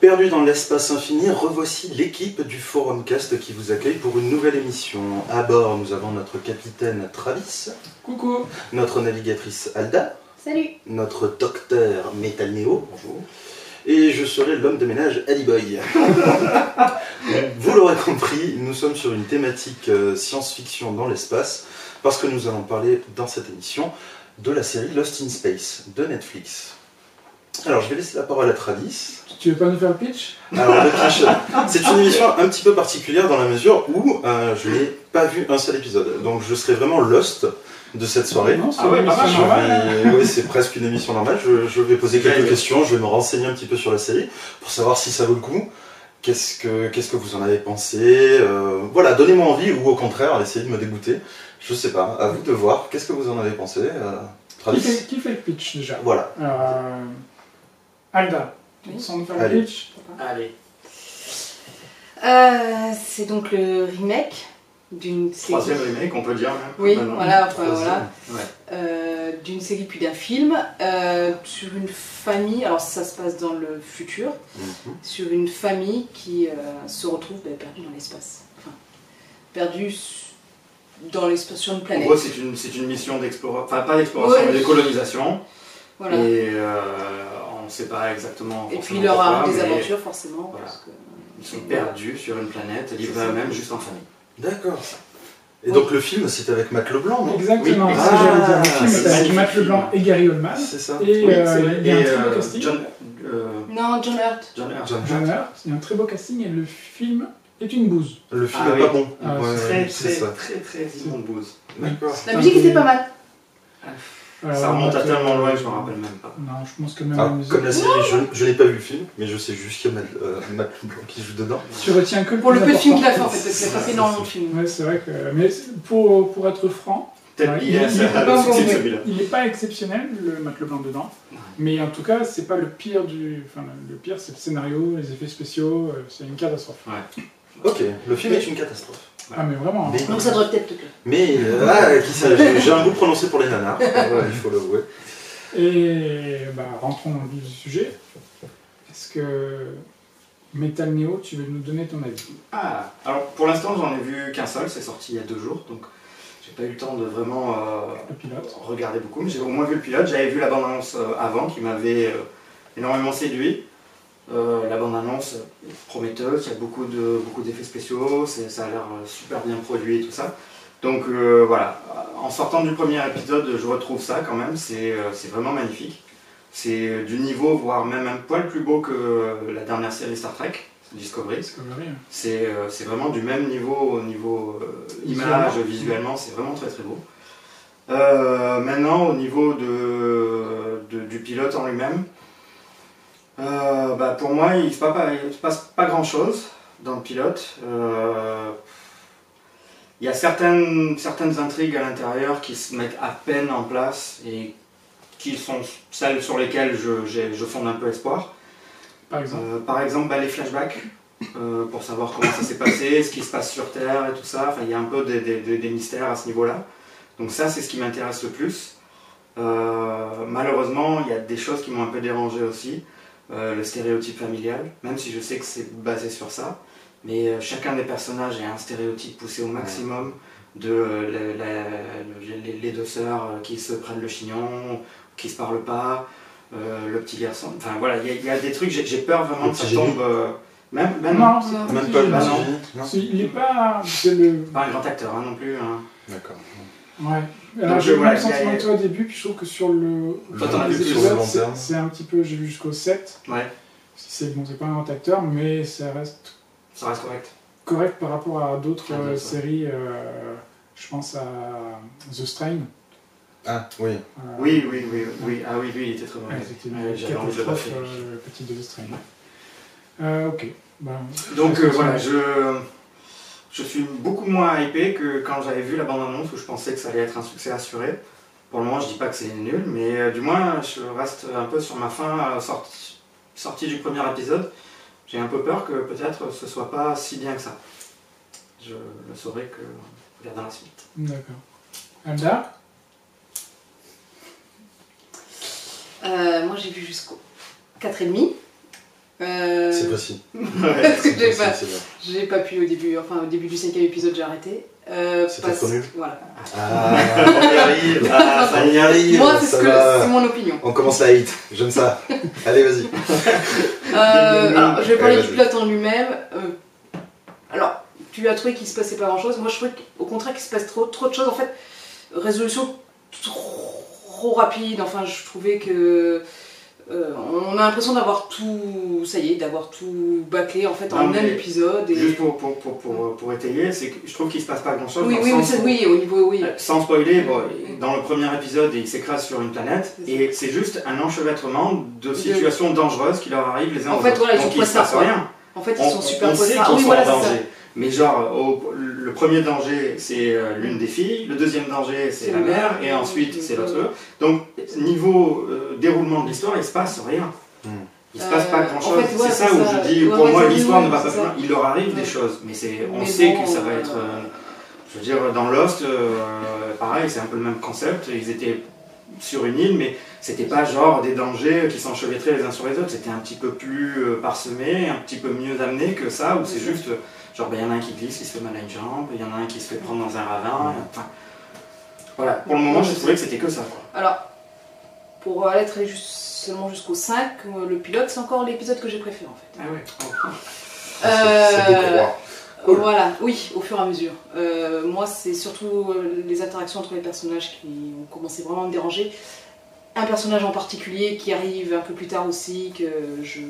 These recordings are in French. perdu dans l'espace infini, revoici l'équipe du Forum Cast qui vous accueille pour une nouvelle émission. À bord, nous avons notre capitaine Travis, Coucou notre navigatrice Alda, Salut notre docteur Métalnéo, bonjour, et je serai l'homme de ménage Aliboy. vous l'aurez compris, nous sommes sur une thématique euh, science-fiction dans l'espace, parce que nous allons parler dans cette émission de la série Lost in Space de Netflix. Alors, je vais laisser la parole à Travis. Tu veux pas nous faire le pitch Alors, le pitch, c'est une émission un petit peu particulière dans la mesure où euh, je n'ai pas vu un seul épisode. Donc, je serai vraiment lost de cette soirée. Non, c'est Ah ouais, une pas mal, émission Je vais- pas mal. oui, c'est presque une émission normale. Je, je vais poser quelques Ouais. questions, je vais me renseigner un petit peu sur la série pour savoir si ça vaut le coup. Qu'est-ce que, qu'est-ce que vous en avez pensé Euh, Voilà, donnez-moi envie ou au contraire, essayez de me dégoûter. Je sais pas, à vous de voir. Qu'est-ce que vous en avez pensé euh, Qui Travis fait, qui fait le pitch déjà Voilà. Alors, euh, Alda, tu te sens nous faire Allez. le pitch Allez, Euh, c'est donc le remake d'une série. troisième remake, on peut le dire. hein, Oui, maintenant. voilà, enfin, troisième, voilà. ouais. Euh, d'une série puis d'un film euh, sur une famille. Alors ça se passe dans le futur, Mhm. sur une famille qui euh, se retrouve ben, perdue dans l'espace. Enfin, perdue s- dans l'espace sur une En planète. gros, c'est une, c'est une mission d'exploration, enfin pas d'exploration, Ouais. mais de colonisation. voilà. Et, Et euh, on ne sait pas exactement. puis forcément leur pourquoi, des mais aventures forcément. Voilà. Mm. parce que- Ils sont perdus sur une planète, livrés C'est à ça. eux-mêmes, juste en famille. D'accord. Et Oui. donc, le film, c'est avec Matt Leblanc, non Exactement, oui. c'est ce que j'allais dire. Ah, Le film c'est est avec magnifique. Matt Leblanc et Gary Oldman. C'est ça Et Oui, c'est euh, vrai. il y a un Et, très beau euh, casting. John, euh, Non, John Hurt. John Hurt. John- John Hurt, il y a un très beau casting et le film est une bouse. Le film Ah est oui. pas bon. Ah, Ouais, Très, c'est très, ça. très, très immonde bouse. D'accord. La musique était pas mal. Alors, Ça remonte à euh, tellement loin que je me rappelle même pas. Non, je pense que même Ah, la musique. comme la série, je, je n'ai pas vu le film, mais je sais juste qu'il y a Matt, euh, Matt Leblanc qui joue dedans. Tu retiens que le Pour le plus peu de film qu'il a fait important. en fait, parce qu'il a pas fait énormément de films. Ouais, c'est vrai que. Mais c'est- pour, pour être franc, Peut-être Ouais, lié à il- il- ça, à non, le non, titre, mais celui-là. Il n'est pas exceptionnel, le Matt Leblanc dedans. Mais en tout cas, c'est pas le pire du. Enfin, le pire, c'est le scénario, les effets spéciaux, euh, c'est une catastrophe. Ok, le film est une catastrophe. Ah, mais vraiment. Mm. Mais- Donc ça devrait peut-être te plaire. Mais euh, ah, qui sait, j'ai j'ai un goût prononcé pour les nanas, Ouais, il faut l'avouer. Et bah, rentrons dans le vif du sujet. Est-ce que. Metal Neo, tu veux nous donner ton avis Ah, alors pour l'instant, j'en ai vu qu'un seul, c'est sorti il y a deux jours, donc j'ai pas eu le temps de vraiment euh, Le pilote regarder beaucoup, mais j'ai au moins vu le pilote. J'avais vu la bande-annonce euh, avant qui m'avait euh, énormément séduit. Euh, la bande-annonce est prometteuse, il y a beaucoup de beaucoup d'effets spéciaux, c'est- ça a l'air euh, super bien produit et tout ça. Donc euh, voilà, en sortant du premier épisode, je retrouve ça quand même, c'est euh, c'est vraiment magnifique. C'est euh, du niveau, voire même un poil plus beau que euh, la dernière série Star Trek, Discovery. Discovery. hein. C'est euh, c'est vraiment du même niveau au niveau euh, Visuellement. image, visuellement, c'est vraiment très très beau. Euh, maintenant, au niveau de, de- du pilote en lui-même, euh, bah, pour moi, il ne se, passe pas- il se passe pas grand-chose dans le pilote. Euh, il y a certaines, certaines intrigues à l'intérieur qui se mettent à peine en place et qui sont celles sur lesquelles je, j'ai- je fonde un peu espoir. Par exemple. Euh, par exemple, bah, les flashbacks, euh, pour savoir comment ça s'est passé, ce qui se passe sur Terre et tout ça. Enfin, il y a un peu des, des- des- des mystères à ce niveau-là. Donc ça, c'est ce qui m'intéresse le plus. Euh, malheureusement, il y a des choses qui m'ont un peu dérangé aussi. Euh, le stéréotype familial, même si je sais que c'est basé sur ça. Mais euh, chacun des personnages a un stéréotype poussé au maximum de euh, la- la- les, les deux sœurs euh, qui se prennent le chignon, qui se parlent pas, euh, le petit garçon. Enfin voilà, il y, a- il y a des trucs, j'ai j'ai peur vraiment Le que ça petit tombe. euh, même, même Non, c'est non, pas Même pas le possible. bah non. petit génie, non C'est- Il est pas. C'est le. pas un grand acteur hein, non plus. hein. D'accord. Ouais. Alors, Donc, j'ai eu le voilà, même il y a- sentiment que toi au début, puis je trouve que sur le. Toi, t'en as vu les plus épisodes, sur le long c'est- terme. C'est un petit peu. J'ai vu jusqu'au 7. Ouais, C'est bon, c'est pas un grand acteur, mais ça reste ça reste correct. correct par rapport à d'autres Ah, euh, d'accord. séries. euh, je pense à euh, The Strain. Ah, oui. euh, Oui, oui, oui, oui. Ah oui, lui, il était très bon. ouais, c'était une Ouais, J'avais envie de le catastrophe, refaire. euh, le petit de The Strain. Euh, ok. Ben, Donc je- euh, voilà, je, je suis beaucoup moins hypé que quand j'avais vu la bande-annonce où je pensais que ça allait être un succès assuré. Pour le moment, je dis pas que c'est nul, mais euh, du moins, je reste un peu sur ma fin euh, sorti- sortie du premier épisode. J'ai un peu peur que peut-être ce soit pas si bien que ça. Je le saurai que regardant la suite. D'accord. Alda Euh, moi j'ai vu jusqu'au 4,5. Euh, C'est précis. Ouais. C'est j'ai précis, pas- c'est bien. J'ai pas pu au début, enfin au début du cinquième épisode j'ai arrêté. Euh, C'était parce- trop nul. Voilà. Ah, on y arrive. Ah, ça y arrive. Moi c'est ce ça que va. c'est mon opinion. On commence la hate. J'aime ça. Allez, vas-y. Euh, alors, je vais parler Eh, du vas-y. plot en lui-même. Euh, alors, tu as trouvé qu'il se passait pas grand-chose. Moi, je trouvais qu'au contraire qu'il se passe trop, trop de choses. En fait, résolution trop rapide. Enfin, je trouvais que euh, on a l'impression d'avoir tout, ça y est, d'avoir tout bâclé en fait en Non, même mais épisode. Et... Juste pour, pour, pour, pour, pour étayer, c'est que je trouve qu'il se passe pas grand chose. oui, oui, mais c'est- oui, au niveau, oui. Sans spoiler, bon, dans le premier épisode, il s'écrase sur une planète et c'est juste un enchevêtrement de situations dangereuses qui leur arrivent les uns En aux fait, autres. voilà, ils Donc sont il se passe presque- rien. En fait, ils On, sont on super sait posés. qu'ils Oui, sont voilà, en c'est ça. danger. Mais genre, au- le premier danger, c'est euh, l'une des filles, le deuxième danger, c'est C'est la le- mère, et ensuite, c'est l'autre. Donc, niveau euh, déroulement de l'histoire, il se passe rien. Hmm. Il se passe pas Euh, grand en chose. fait, ouais, c'est ça c'est où ça. je dis, Ouais, pour ouais, moi, c'est l'histoire ne nul, va pas c'est plus loin. ça. Il leur arrive des Ouais. choses, mais c'est, on Mais sait bon, que ça va euh, être. euh, je veux dire, dans Lost, euh, pareil, c'est un peu le même concept. Ils étaient sur une île, mais c'était pas genre des dangers qui s'enchevêtraient les uns sur les autres. C'était un petit peu plus euh, parsemé, un petit peu mieux amené que ça, où c'est juste euh, genre, il y en a un qui glisse, qui se fait mal à une jambe, il y en a un qui se fait prendre dans un ravin. Enfin, voilà, pour le moment, je trouvais que c'était que ça. quoi. Alors, pour aller très juste, seulement jusqu'au 5, euh, le pilote, c'est encore l'épisode que j'ai préféré en fait. Ah ouais. Ça- ça Euh, décroît. Cool. Voilà, oui, au fur et à mesure. Euh, moi, c'est surtout euh, les interactions entre les personnages qui ont commencé vraiment à me déranger. Un personnage en particulier qui arrive un peu plus tard aussi, que je...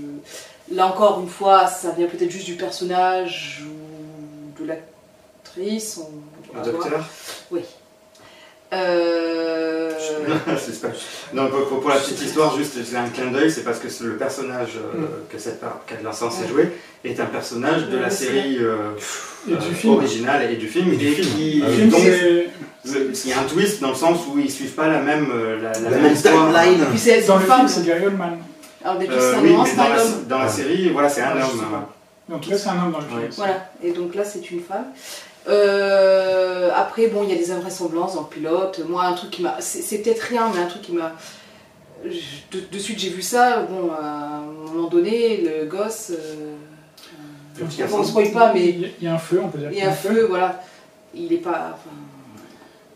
Là encore, une fois, ça vient peut-être juste du personnage ou de l'actrice. on- on Le va voir. docteur Oui. Euh... C'est pas- Non, pour, pour- pour la petite histoire, juste c'est un clin d'œil, c'est parce que c'est le personnage euh, que cette par- qu'Adler Sens a joué est un personnage de Ouais, la c'est série euh, Et euh, du film. originale et du film. Et du et film. qui- Ah oui. Le film, donc, c'est- il y a un twist dans le sens où ils suivent pas la même, euh, la, la La même même histoire. timeline. Puis c'est c'est Dans une le femme. film, c'est Gary Oldman. Alors depuis Euh, c'est un oui, homme, mais c'est dans, un la, homme. dans la série, voilà, c'est un Ouais, homme. je sais hein. Mais En tout cas, c'est un homme dans le Ouais. film. Voilà, et donc là c'est une femme. Euh, après, bon, il y a des invraisemblances dans le pilote. Moi, un truc qui m'a. C'est c'est peut-être rien, mais un truc qui m'a. je- De, de suite, j'ai vu ça. Bon, à un moment donné, le gosse. euh, Le petit on garçon. ne se croit pas, mais Il y a- il y a un feu, on peut dire. il qu'il y a un feu, voilà. Il est pas. enfin,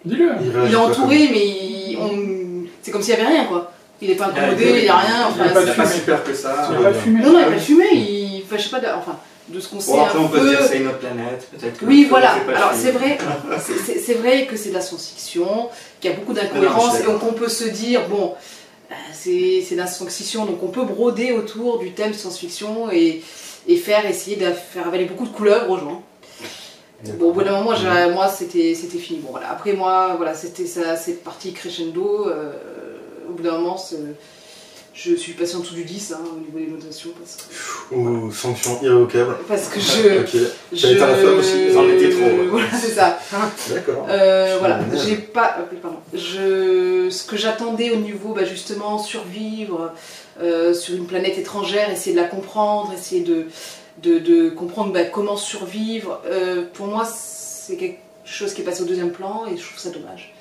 Dis-le. il est entouré, mais il- on- c'est comme s'il n'y avait rien, quoi. Il n'est pas incommodé, il n'y a rien. Il Enfin, a pas, de il a pas fumée. si peur que ça. Il n'y a pas de bien. fumée. non, non, il va fumer. Il... Enfin, je sais pas. de- Enfin, de ce qu'on sait. Bon, après, un on peut se peu- dire c'est une autre planète, peut-être que Oui, le voilà. film fait pas Alors chier. c'est vrai, c'est- c'est c'est vrai que c'est de la science-fiction, qu'il y a beaucoup Non, non, je d'incohérences suis et donc on peut se dire bon, euh, c'est c'est de la science-fiction, donc on peut broder autour du thème science-fiction et, et faire essayer de faire avaler beaucoup de couleurs aux gens. Bon, au bout d'un moment, j'ai- moi c'était c'était fini. Bon voilà. Après moi, voilà, c'était ça, c'est parti crescendo. euh, au bout d'un moment, c'est- je suis passée en dessous du 10 hein, au niveau des notations parce que, Ou sanction irrévocable. parce que je Ok, J'avais pas la femme aussi, ils en étaient trop, ouais. Voilà, c'est ça. d'accord. Euh, Je voilà, me demande. j'ai pas. euh, Pardon. Je, ce que j'attendais au niveau, bah, justement, survivre euh, sur une planète étrangère, essayer de la comprendre, essayer de, de, de comprendre bah, comment survivre, euh, pour moi, c'est quelque chose qui est passé au deuxième plan et je trouve ça dommage.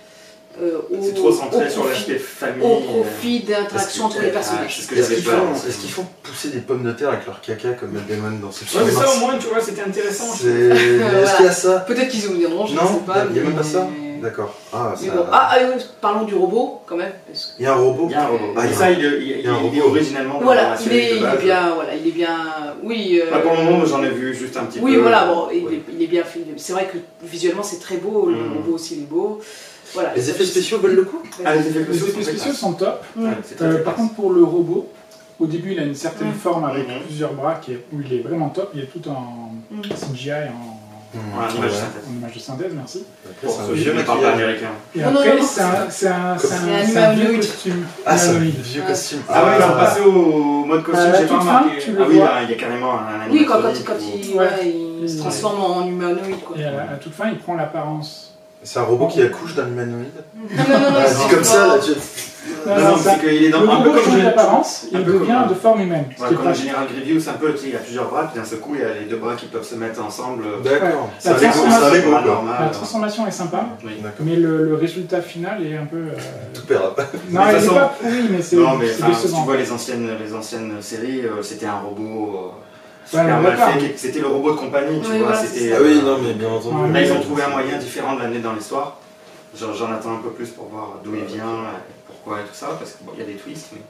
Euh, au- C'est trop au centré sur profit- l'aspect famille. Au euh, profit parce que- d'interactions entre les ah, personnages. c'est ce que Est-ce j'avais qu'ils peur, font, hein, c'est- est-ce qu'ils font pousser des pommes de terre avec leur caca comme Matt Damon dans ce film Ouais, mais ça au moins, tu vois, c'était intéressant. C'est- Est-ce qu'il y a ça Peut-être qu'ils nous diront, je ne Non, sais pas. il n'y a mais- même pas ça D'accord. Ah, Mais bon. ça. Ah, ah, euh, parlons du robot quand même. parce que- Il y a un robot Il y a un robot. Ah, il y a ça, il, il- il- y a un il est robot. originalement dans Voilà, la il série est, de il est base. bien, voilà, il est bien, oui. euh, Pas pour le moment, j'en ai vu juste un petit oui, peu. euh, voilà, bon, il, Ouais. est, il est bien fait. C'est vrai que visuellement c'est très beau, le Mhm. robot aussi il est beau. Voilà. Les effets spéciaux veulent le coup Ah, les effets Les spéciaux effets sont très spéciaux classe. sont top. Ouais, c'est très, Euh, très par classe. contre, pour le robot, au début, il a une certaine Mm. forme avec Mhm. plusieurs bras qui est- où il est vraiment top. Il est tout en Mm. CGI, en, Hum, Voilà, image ouais. synthèse. en image de synthèse, merci. Après, Pour c'est un ce vieux vieux ne parle pas maquillage. américain. Et Non, non, après, non, c'est un, c'est un, c'est un- C'est un c'est un vieux humanoïde. costume. Ah, c'est un Humanoïde. vieux Ah. costume. Ah ouais, ils ça ont passé au mode costume, Euh, la j'ai pas toute fin, remarqué. tu le Ah oui, vois. là, il y a carrément un animatronique. Oui, quand, quand, quand il, Ouais. ouais, il se transforme en humanoïde. Quoi. Et à, la- à toute fin, il prend l'apparence C'est un robot qui accouche d'un humanoïde Non, non, non, non, Ah, c'est Dit comme ça, là, tu... Non, Non, non, c'est ça- qu'il est dans Ah, Le un peu robot comme change Gen- d'apparence, il un peu comme- devient de forme humaine. ce qui ouais, est comme pas- le General Grievous, c'est un peu, tu sais, il a plusieurs bras, puis d'un seul coup, il y a les deux bras qui peuvent se mettre ensemble. D'accord. La C'est un Lego, c'est un Lego, pas quoi. La normal. transformation est sympa, Oui. D'accord. mais le, le résultat final est un peu. euh, Tout perd. Non, de il toute est façon- pas pourri, mais c'est Non, mais c'est enfin, si tu décevant. vois les anciennes, les anciennes séries, euh, c'était un robot euh, Ouais, super mais mal d'accord. fait, qui- c'était le robot de compagnie, tu Oui, vois. voilà, c'est c'était, Ah euh, oui, non, mais bien entendu. Là, ils ont trouvé un moyen différent de l'année dans l'histoire. J'en j'en attends un peu plus pour voir d'où il vient, euh, pourquoi et tout ça, parce qu'il y a des twists. Mais...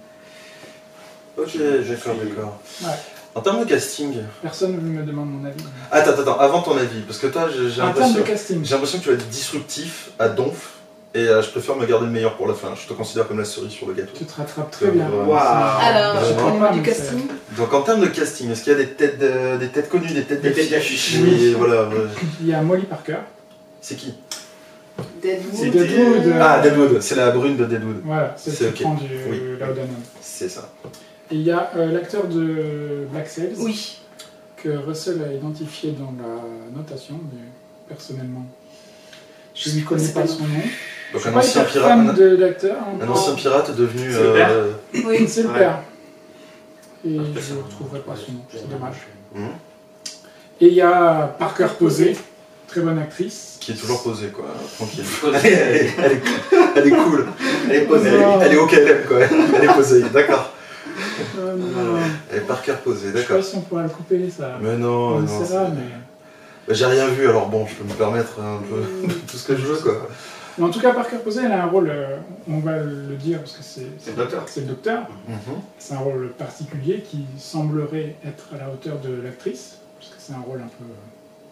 Ok, d'accord, d'accord. Ouais. En termes de casting, Personne ne me demande mon avis. attends, attends, attends, avant ton avis, parce que toi, j'ai j'ai En termes de l'impression, casting, j'ai l'impression que tu vas être disruptif à donf, et euh, je préfère me garder le meilleur pour la fin. Je te considère comme la cerise sur le gâteau. tu te rattrapes très bien. Waouh. Ça- Alors, Vraiment. au niveau Pas, du mais casting, Donc, en termes de casting, est-ce qu'il y a des têtes, de- des têtes connues, des têtes Des têtes d'affiche d'affiche, Oui, oui. voilà. ouais. Il y a Molly Parker, C'est qui C'est Deadwood. Deadwood. euh, Ah, Deadwood, c'est la brune de Deadwood. Voilà, c'est C'est le ok. qui prend du Oui. laudanum. C'est ça. Et il y a euh, l'acteur de Black Sails Oui. que Russell a identifié dans la notation, mais personnellement, je ne connais sais pas pas son nom. Donc, Je un ne ancien suis pas hyper pirate. fan Un, de l'acteur. hein. un ancien pirate devenu. C'est le père euh, Oui. C'est le Ouais. père. Et je Ah, Après, ça- ne retrouverai pas son nom, c'est dommage. hmm, Et il y a Parker Posey, très bonne actrice. qui est toujours posé, quoi, tranquille. Elle Posé. est, elle est- elle est- elle est cool. Elle est posée. Elle, est- elle est au KLM, quoi. Elle est posée, d'accord. Euh, non, Elle est par cœur posée, Je sais pas Ah, d'accord. si on pourra le couper, ça. Mais non, On non. essaiera, c'est- mais... J'ai rien vu, alors bon, je peux me permettre un peu tout ce que je veux, quoi. mais en tout cas, Parker Posey, elle a un rôle, euh, on va le dire, parce que c'est C'est le docteur. c'est le docteur. Mhm. C'est un rôle particulier qui semblerait être à la hauteur de l'actrice, parce que c'est un rôle un peu euh,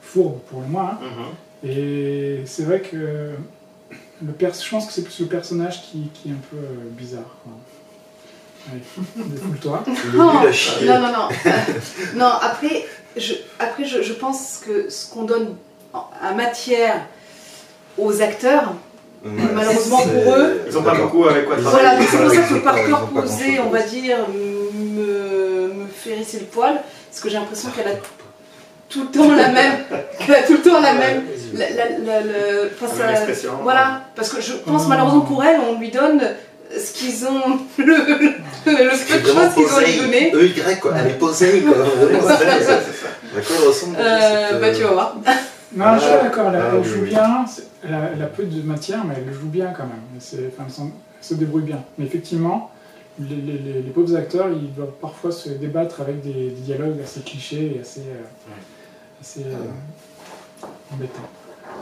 fourbe pour le moins. hein. Mhm. Et c'est vrai que le pers je pense que c'est plus le personnage qui, qui est un peu euh, bizarre. quoi. Allez, défoule-toi. Le nul à chier. Non, non, non. Euh, non, après, je, après je, je pense que ce qu'on donne en- à matière aux acteurs, Ouais, Malheureusement c'est- pour eux, Ils ont pas D'accord. beaucoup avec quoi Ils- travailler. voilà, donc c'est pour ça ils ont que pas- ils ont Parker pas Posé, grand-chose. on va dire, me, me fait risser le poil, parce que j'ai l'impression qu'elle a tout le temps la même. qu'elle a tout le temps la même. La, la, la- la- enfin, La ça- même expression. hein. Voilà, parce que je pense Oh. malheureusement pour elle, on lui donne ce qu'ils ont, le, le, le peu de Vraiment choses qu'ils ont à lui posée. donner. EY, quoi. Elle est posée, quoi. Vraiment, Ouais, c'est- c'est ça, c'est ça. À quoi elle ressemble Euh, cette, bah tu vas voir. Non, je suis Ah, pas d'accord, elle, ah elle oui, joue oui. bien, c'est- elle a, elle a peu de matière, mais elle joue bien quand même. C'est- enfin, elle, s'en- elle se débrouille bien. Mais effectivement, les, les- les- les pauvres acteurs, ils doivent parfois se débattre avec des, des dialogues assez clichés et assez, euh, assez euh, Ah. embêtants.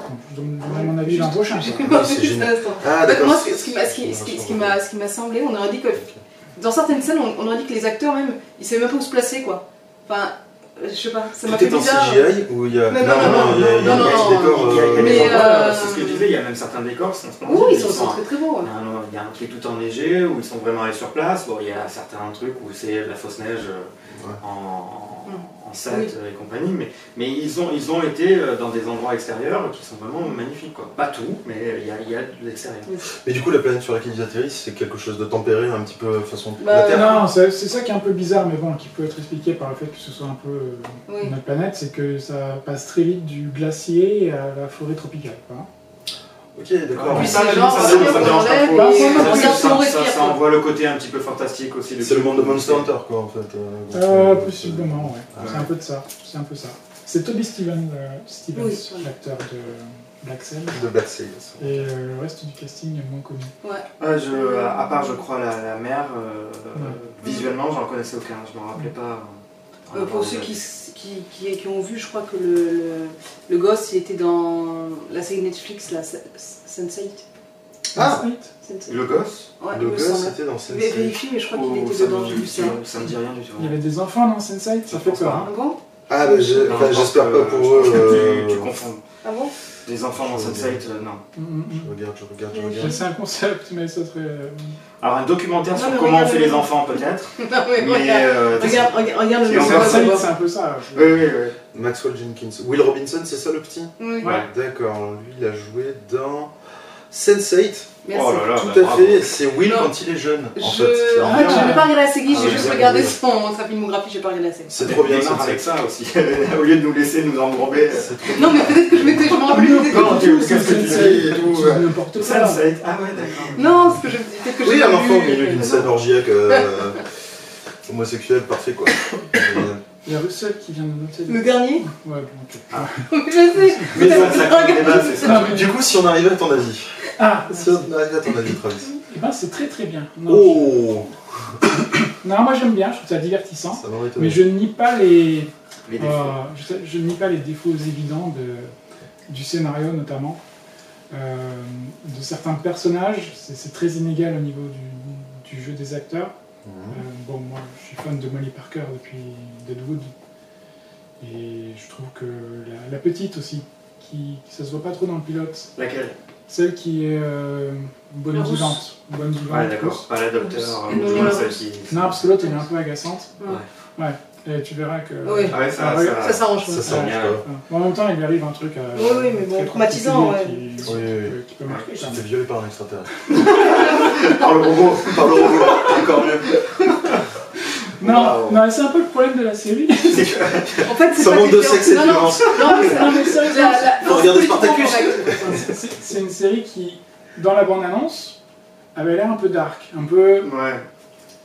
Donc, je donne, je donne mon avis l'an prochain. quoi. Oui, c'est génial. Ah, En fait, d'accord. Bah, moi, ce, ce qui m'a- ce qui- ce qui- ce qui m'a ce qui m'a semblé, on aurait dit que dans certaines scènes, on, on aurait dit que les acteurs même, ils savaient même pas où se placer quoi. Enfin, euh, je sais pas, ça m'a Tout fait est en bizarre. CGI ou il y a. Non, non, non, il y a- il y a non, un petit non, décor. Il y a- il y a euh, des Mais, endroits, euh, c'est ce que je disais, il y a même certains décors qui sont Oui, splendides, ils sont, sont très très bons. Il ouais. y a un- il y a un qui est tout enneigé, où ils sont vraiment allés sur place. Bon, il y a certains trucs où c'est la fausse neige euh, Ouais. en, en set Oui. et compagnie, mais, mais ils, ont, ils ont été euh, dans des endroits extérieurs qui sont vraiment magnifiques. Quoi. Pas tout, mais euh, il y a, il y a de l'extérieur. Mais du coup, la planète sur laquelle ils atterrissent, c'est quelque chose de tempéré, un petit peu euh, façon. Bah, la Terre. Euh, Non, c'est c'est ça qui est un peu bizarre, mais bon, qui peut être expliqué par le fait que ce soit un peu euh, Oui. notre planète, c'est que ça passe très vite du glacier à la forêt tropicale. quoi. hein. Ok, d'accord. Oui, Ça, c'est ça, genre, ça, on ça, enlève, ça on dérange pas enlève, trop. et Ça, on ça, regarde si on ça, respire, ça quoi. envoie le côté un petit peu fantastique aussi. C'est le monde de Monster film. Hunter, quoi, en fait. euh, donc, Euh, euh, possiblement, ouais. Ah C'est ouais. un peu de ça. C'est un peu ça. C'est Toby Steven, euh, Stevens, Oui, voilà. l'acteur de Black Sails. De Black Sails. Et euh, le reste du casting est moins connu. Ouais, je- à part, je crois, la, la mer, euh, Ouais. visuellement, j'en connaissais aucun. Je m'en rappelais pas. euh, Euh, pour ceux qui, s- qui, qui, qui ont vu, je crois que le, le, le gosse, il était dans la série Netflix, la Sense8. Ah Ensuite, Sense8. Le gosse Ouais, il Le me gosse semble. était dans Je Sense. vais vérifier, mais je crois qu'il Oh, était ça dedans, me j'ai dit- vu ça. Ça me dit rien du tout. Il y avait des enfants dans Sense8, ça Je fait pense peur. pas. hein. Ah bon Ah, bah, j'ai- Non, enfin, je pense j'espère que- pas pour eux. je pense que euh, Tu, tu confonds. Ah bon Des enfants dans Sunset, euh, non. Mm, mm, Je mm. regarde, je regarde, je Oui. regarde. C'est un concept, mais ça serait. euh, Alors un documentaire Non, sur mais comment on regarde, fait les regarde. enfants peut-être. Non, Mais mais regarde. euh, Regarde, regarde, regarde Et le on gosse. va Euh, on Sense8, va c'est voir. un peu ça. Oui, oui, oui. Maxwell Jenkins. Will Robinson, c'est ça le petit Oui. Ouais. D'accord, lui il a joué dans Sense8. Merci. Oh là là, Tout bah, à bravo. fait, c'est Will Non. quand il est jeune, en Je... fait. C'est En un- fait, je n'ai pas regardé la série, Ah, j'ai ouais, juste ouais, regardé ouais. son, sa filmographie, j'ai pas regardé la série. C'est trop bien marre ça. avec ça aussi. Au lieu de nous laisser nous euh, engourber. C'est trop Non, mais peut-être que je m'étais, je m'en rappelais peut-être que- Quand tu- qu'est-ce que tu dis et tout, C'est ouais. n'importe Ça, quoi. ça a été- Ah ouais, d'accord. Non, parce que je peut-être que Oui, j'ai un vu, enfant au milieu mais- d'une scène orgiaque euh, homosexuelle, parfait quoi. Euh, Il y a Russell qui vient de noter. Le dernier Ouais, bon, ok. Oui, je sais. Mais ça, ça compte les bases, c'est ça. Ah, mais du coup, si on arrivait à ton avis, Ah, si on arrivait à ton avis, Travis. eh ben, c'est très très bien. Non, Oh, non, moi j'aime bien, je trouve ça divertissant. ça m'aurait Mais étonné. je nie pas les, Les défauts. Euh, je, sais- je nie pas les défauts évidents de- du scénario notamment, Euh, de certains personnages. C'est c'est très inégal au niveau du, du jeu des acteurs. Euh, bon, moi, je suis fan de Molly Parker depuis Deadwood, et je trouve que la, la petite aussi, qui, ça se voit pas trop dans le pilote, Laquelle celle qui est euh, bonne La rousse. vivante, bonne vivante. Ouais, Ah, d'accord. Pas euh, la docteur. Non, ou du non, moins non. celle qui- Non, parce que l'autre elle est un peu agaçante. Ouais. Et tu verras que. Oui. Ah ouais, ça, Ah ouais, Ça s'arrange. Ça ouais. sent bien, bien ouais. quoi. Bon, en même temps, il lui arrive un truc. euh, Oui, oui, mais bon, très traumatisant, Ah, particulier Qui, ouais. Oui, qui peut marquer. quand J'étais même. violé par un extraterrestre. Par le robot. Par le robot. Encore mieux. Non, Waouh. non, c'est un peu le problème de la série. C'est que- En fait, c'est Ça pas manque de différent. sexe et de Non, non, violence. Non, mais ça- Non, mais sérieusement, la- la- Faut regarder non, c'est Spartacus. pas correct. hein. c'est- c'est c'est une série qui, dans la bande-annonce, avait l'air un peu dark, un peu Ouais.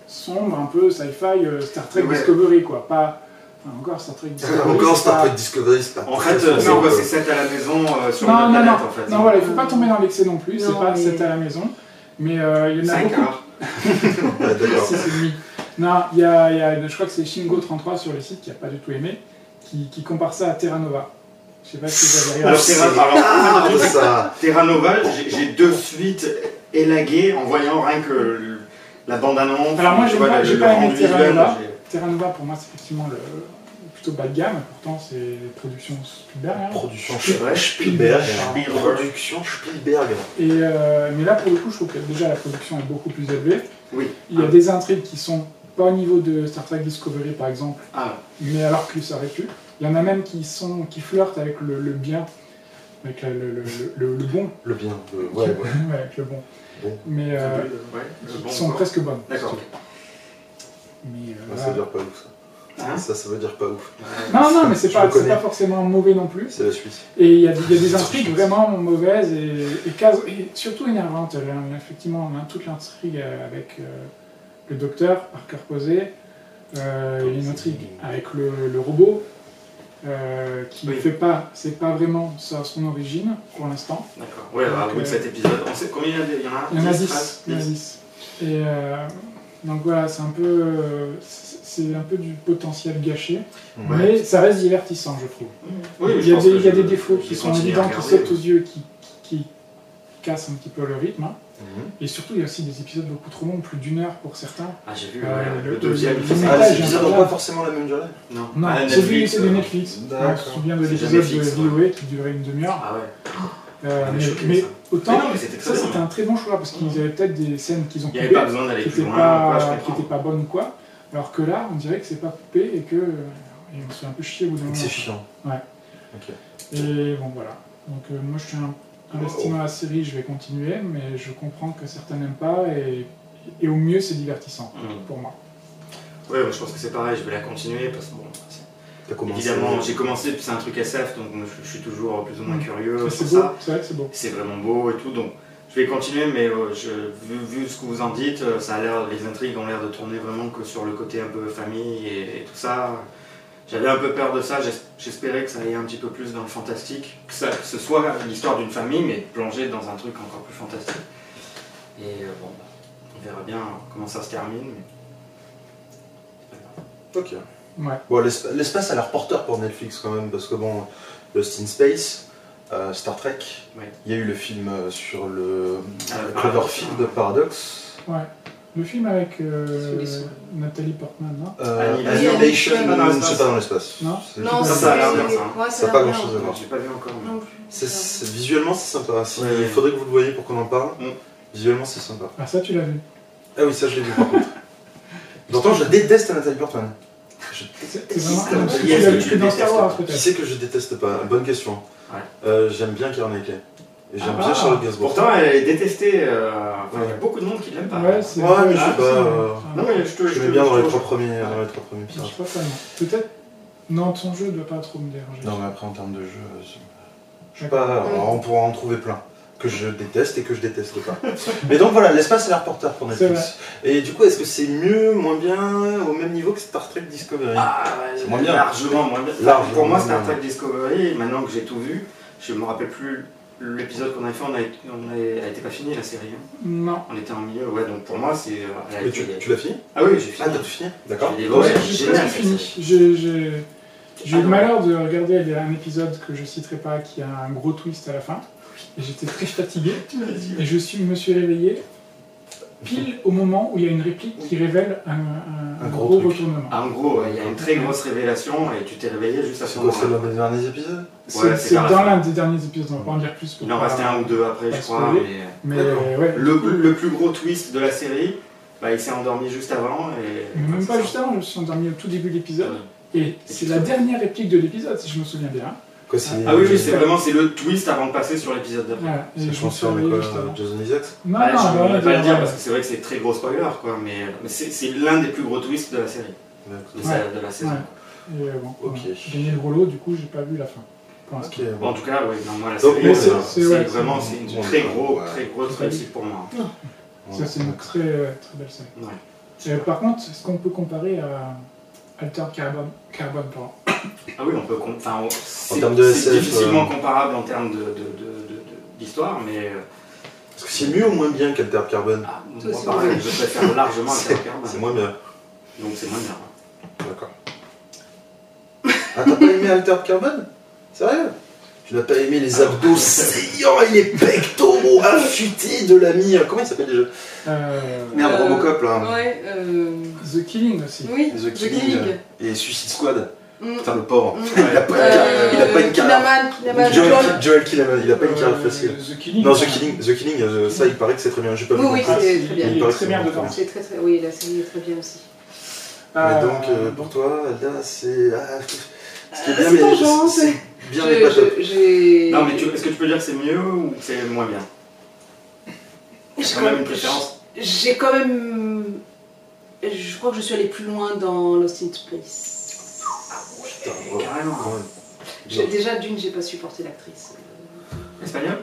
sombre, un peu sci-fi, euh, Star Trek Ouais. Discovery, quoi. Pas enfin, encore Star Trek Discovery. Encore c'est pas- Star Trek Discovery, c'est pas. En fait, euh, très c'est fort, quoi quoi. C'est 7 à la maison euh, sur Non, la non, planète non. en fait. Non, voilà, il faut pas tomber dans l'excès non plus. C'est Non, pas mais- c'est à la maison. Mais euh, il y en a 5 beaucoup heures. Ouais, D'accord. Six et demi. Non, il y a, il y a- je crois que c'est Shingo33 sur le site qui a pas du tout aimé, qui, qui compare ça à Terra Nova. Je sais pas si vous avez Alors, regardé. Terra, alors, Ah, ça Terra Nova, j'ai- j'ai de suite élagué en voyant rien que le- la bande-annonce. Alors, moi, j'ai tu vois, pas- le- j'ai le pas aimé rendu Terra visuel, Nova. j'ai- Terra Nova pour moi c'est effectivement le plutôt bas de gamme, pourtant c'est les productions Spielberg. hein. Production C'est vrai. Spielberg. Spielberg. Production Spielberg. Et, euh, mais là pour le coup je trouve que déjà la production est beaucoup plus élevée. Oui. Il y a des intrigues qui sont pas au niveau de Star Trek Discovery par exemple, Ah, mais alors que ça aurait pu. Il y en a même qui sont qui flirtent avec le, le bien, avec la- le- le- le- le bon. Le bien. euh, ouais, ouais. Ouais, avec le bon. Bon. Mais euh, ouais, qui euh, bon, sont quoi. presque bonnes. D'accord. Mais, euh, Ouais, Ça voilà. veut dire pas ouf ça. Hein Ça, ça veut dire pas ouf. Non, non, mais c'est Je pas, le c'est connais. pas forcément mauvais non plus. C'est la suite. Et il y, a des- il y a des intrigues vraiment mauvaises et, et cases- et surtout énervantes. Là, Effectivement, on a toute l'intrigue euh, avec euh, le docteur, Parker Posé. Euh, il y a une intrigue avec le, le robot euh, qui ne Oui. fait pas, c'est pas vraiment ça son origine pour l'instant. D'accord. Ouais, bah, Donc, au bout de euh, cet épisode, on sait combien il y en a Il y en a, Il y en a 13, 10. il y en a 10. 10. Et euh, donc voilà, c'est un peu, euh, c'est c'est un peu du potentiel gâché. Ouais. Mais ça reste divertissant, je trouve. Oui, mais il je y a pense des, que il y a je- des défauts je qui vais sont continuer à évidents, qui regarder, sautent aux oui. yeux, qui, qui, qui cassent un petit peu le rythme. hein. Mhm. Et surtout, il y a aussi des épisodes beaucoup trop longs, plus d'une heure pour certains. Ah, j'ai vu, ouais, Euh, le, le- deuxième, le- il fait le ça. Ah, montage, les épisodes n'ont incroyable. pas forcément la même durée Non, Non, Ah, celui Netflix, c'est de euh, Netflix. Je me D'accord. souviens de C'est l'épisode jamais fixe, de ouais. VOA qui durait une demi-heure. Ah ouais. Euh, On est mais, choqué, mais ça. autant, Mais non, mais c'était très ça bien. c'était un très bon choix parce qu'ils avaient peut-être des scènes qu'ils ont Il n'y avait pas coupées besoin d'aller qui plus n'étaient loin. pas, quoi, je qui comprends. étaient pas bonnes ou quoi. Alors que là, on dirait que c'est pas coupé et que. euh, Et on se fait un peu chier au bout d'un moment. C'est chiant. Et bon, voilà. Donc euh, moi, je suis un- investi dans la série, je vais continuer, mais je comprends que certains n'aiment pas, et, et au mieux, c'est divertissant, Mm. pour moi. Ouais, bah, je pense que c'est pareil, je vais la continuer parce que bon, c'est- T'as commencé. évidemment, j'ai commencé, puis c'est un truc SF, donc je, je suis toujours plus ou moins Mm. curieux c'est sur beau, ça. c'est vrai que c'est beau. Euh, C'est vraiment beau et tout, donc je vais continuer, mais euh, je, vu, vu ce que vous en dites, euh, ça a l'air, les intrigues ont l'air de tourner vraiment que sur le côté un peu famille et, et tout ça. J'avais un peu peur de ça, j'es- j'espérais que ça aille un petit peu plus dans le fantastique, que, ça, que ce soit l'histoire d'une famille, mais plongée dans un truc encore plus fantastique. Et euh, bon, bah, on verra bien comment ça se termine. mais- Ok. Ouais. Bon, l'esp- l'espace a l'air porteur pour Netflix quand même, parce que bon, Lost in Space, euh, Star Trek, Ouais. il y a eu le film euh, sur le euh, Ah, le Cloverfield Paradoxe. Paradox, Ouais. Le film avec euh, Sous les sous. Nathalie Portman, non euh, Annihilation. Annihilation, Non, non, c'est c'est pas dans l'espace. Non. C'est- Non, Ça, c'est. ça a l'air bien, ça, hein. ouais, Ça a a pas l'air grand-chose bien. à voir. J'ai pas vu encore. mais- Non plus. C'est- c'est- visuellement, c'est sympa. Si- Ouais. Il faudrait que vous le voyez pour qu'on en parle. Mm. Visuellement, c'est sympa. Ah, ça, tu l'as vu. Ah oui, ça, je l'ai vu par contre. Pourtant, je déteste Nathalie Portman. Je C'est déteste c'est vraiment Nathalie comme Portman. si tu Yes, l'as vu tu que dans Star détestes. Wars, Qui peut-être. c'est que je déteste pas Bonne question. Ouais. Euh, J'aime bien Keira Knightley. Et J'aime Ah bien bah. Charlotte Gainsbourg. Pourtant, elle est détestée. euh, enfin, Il y a beaucoup de monde qui l'aime pas. Ouais, c'est. Ouais, mais je sais ah, pas, c'est- euh, enfin, Non, mais je te je mets bien dans les je- trois premiers, dans les trois premiers Je pirates. sais pas vraiment. Peut-être. Non, ton jeu ne doit pas trop me déranger. Non, mais après, en termes de jeu, euh, c'est- je sais pas, alors, on pourra en trouver plein que je déteste et que je déteste pas. mais donc voilà, l'espace et l'air porteur pour C'est Netflix. Et du coup, est-ce que c'est mieux, moins bien, au même niveau que Star Trek Discovery Ah, C'est ouais, moins bien. Largement moins bien. Largement Pour moi, moins Star bien. Trek Discovery, maintenant que j'ai tout vu, je me rappelle plus l'épisode qu'on avait fait, on avait, on avait- elle était pas finie la série. hein. Non. On était en milieu, ouais, donc pour moi, c'est. euh, elle a Mais tu, été- tu l'as fini Ah oui, j'ai fini. Ah, t'as tout fini D'accord. J'ai des- Ouais, ouais, j'ai génial, presque cette fini. série. J'ai- J'ai j'ai eu Ah le non. malheur de regarder il y a un épisode que je citerai pas qui a un gros twist à la fin. Et j'étais très fatigué. Et je suis, me suis réveillé pile au moment où il y a une réplique qui révèle un, Un un- un gros gros, truc. retournement. Ah, en gros, ouais, il y a une très grosse révélation et tu t'es réveillé juste à ce C'est quoi, c'est moment-là. dans les derniers épisodes ouais, C'est c'est c'est vers la dans fin. l'un des derniers épisodes, on va pas en dire plus. pour Il en pas- restait un ou deux après, je pas crois. spoiler. mais- Mais D'accord. ouais. Le, le plus gros twist de la série, bah, il s'est endormi juste avant. Et... Mais même pas c'est juste avant, je me suis endormi au tout début de ça. l'épisode. Et c'est la dernière réplique de l'épisode, si je me souviens bien. Quoi, c'est- Ah oui, oui, c'est vraiment c'est le twist avant de passer sur l'épisode d'après. Voilà. Et C'est je me suis chanson avec réveillé quoi, juste avant. euh, Jason Isaacs Non, bah Ah, je non, ne non, vais pas le dire non, parce que c'est vrai que c'est très gros spoiler, quoi, mais, mais c'est c'est l'un des plus gros twists de la série, de, D'accord. sa- de la saison. Ouais. Et euh, bon, Ok. voilà. J'ai gagné le rouleau, du coup, j'ai pas vu la fin. Pour l'instant. Ok, Bon, en bon. tout cas, oui, non, moi, la Donc, série, mais c'est- c'est- c'est- c'est ouais, vraiment c'est- c'est une bon, très, bon, gros, ouais. très grosse réussite pour moi. Ça, c'est une très, euh, très belle série. Ouais. Euh, par contre, est-ce qu'on peut comparer à Alter Carbon, Carbon pardon. Ah oui, on peut. com- Enfin, on- c'est termes de c'est SF, difficilement euh, comparable en termes de- de- de- de- de- d'histoire, mais euh, Est-ce que c'est mieux ou moins bien qu'Alter Carbone ah, moi, Toi aussi, pareil, ouais. je préfère largement C'est- Intercard, C'est moins bien. donc c'est moins bien. D'accord. Ah, t'as pas aimé Alter Carbone Sérieux Tu n'as pas aimé les abdos saillants et les pectoraux affûtés de l'ami. euh, Comment il s'appelle déjà Euh, Merde, Euh, Robocop là. Ouais, euh... The Killing aussi. Oui, The Killing. Et Suicide Squad. Mm. Putain, le pauvre. Mm. Il a pas une Euh, carrière- il a pas une carrière. Kinaman, Kinaman, John. Joel, Joel Kinnaman, il a pas une carrière Euh, facile. The Killing. Non, The Killing, The Killing euh, ça il paraît que c'est très bien. J'ai pas vu Oui, non oui, plus. Ah, c'est si, très bien. Il est très bien Excellent. dedans. C'est très très. Oui, la série est très bien aussi. Mais Ah. Euh, donc, euh, pour toi, là, c'est. Ah, ce qui est Ah, bien, c'est mais. urgent, c'est- c'est- c'est Bien, Je- mais pas je- top. J'ai. Non, mais tu- est-ce que tu peux dire que c'est mieux ou que c'est moins bien J'ai quand même une préférence. J'ai quand même. Je crois que je suis allée plus loin dans Lost in Space. Putain, ouais, Carrément. quand même. J'ai- Non. Déjà, d'une, j'ai pas supporté l'actrice. Espagnol